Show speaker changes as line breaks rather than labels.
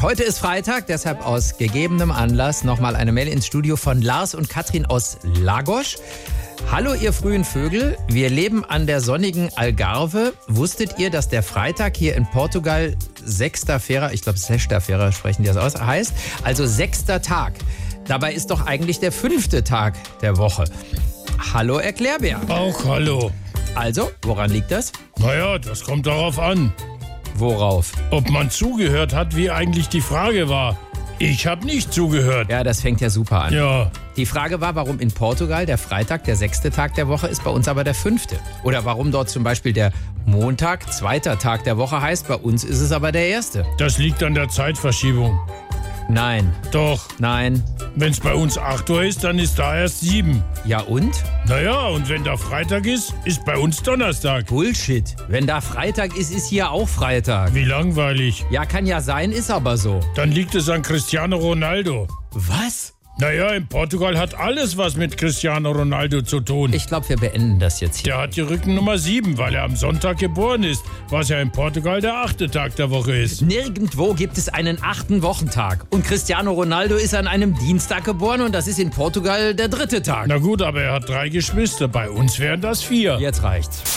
Heute ist Freitag, deshalb aus gegebenem Anlass nochmal eine Mail ins Studio von Lars und Katrin aus Lagos. Hallo ihr frühen Vögel, wir leben an der sonnigen Algarve. Wusstet ihr, dass der Freitag hier in Portugal sechster Fährer, ich glaube sechster Fährer sprechen die das aus, heißt? Also sechster Tag. Dabei ist doch eigentlich der fünfte Tag der Woche. Hallo Erklärbär.
Auch hallo.
Also, woran liegt das?
Naja, das kommt darauf an,
Worauf?
ob man zugehört hat, wie eigentlich die Frage war. Ich habe nicht zugehört.
Ja, das fängt ja super an.
Ja,
Die Frage war, warum in Portugal der Freitag der sechste Tag der Woche ist, bei uns aber der fünfte. Oder warum dort zum Beispiel der Montag zweiter Tag der Woche heißt, bei uns ist es aber der erste.
das liegt an der Zeitverschiebung.
Nein,
Doch,
nein,
wenn's bei uns 8 Uhr ist, dann ist da erst 7.
ja und?
Naja, und wenn da Freitag ist, ist bei uns Donnerstag.
Bullshit. Wenn da Freitag ist, ist hier auch Freitag.
Wie langweilig.
Ja, kann ja sein, ist aber so.
Dann liegt es an Cristiano Ronaldo.
Was?
Naja, in Portugal hat alles was mit Cristiano Ronaldo zu tun.
Ich glaube, wir beenden das jetzt hier.
Der hat die Rückennummer 7, weil er am Sonntag geboren ist, was ja in Portugal der achte Tag der Woche ist.
Nirgendwo gibt es einen achten Wochentag. Und Cristiano Ronaldo ist an einem Dienstag geboren und das ist in Portugal der dritte Tag.
Na gut, aber er hat drei Geschwister. Bei uns wären das vier.
Jetzt reicht's.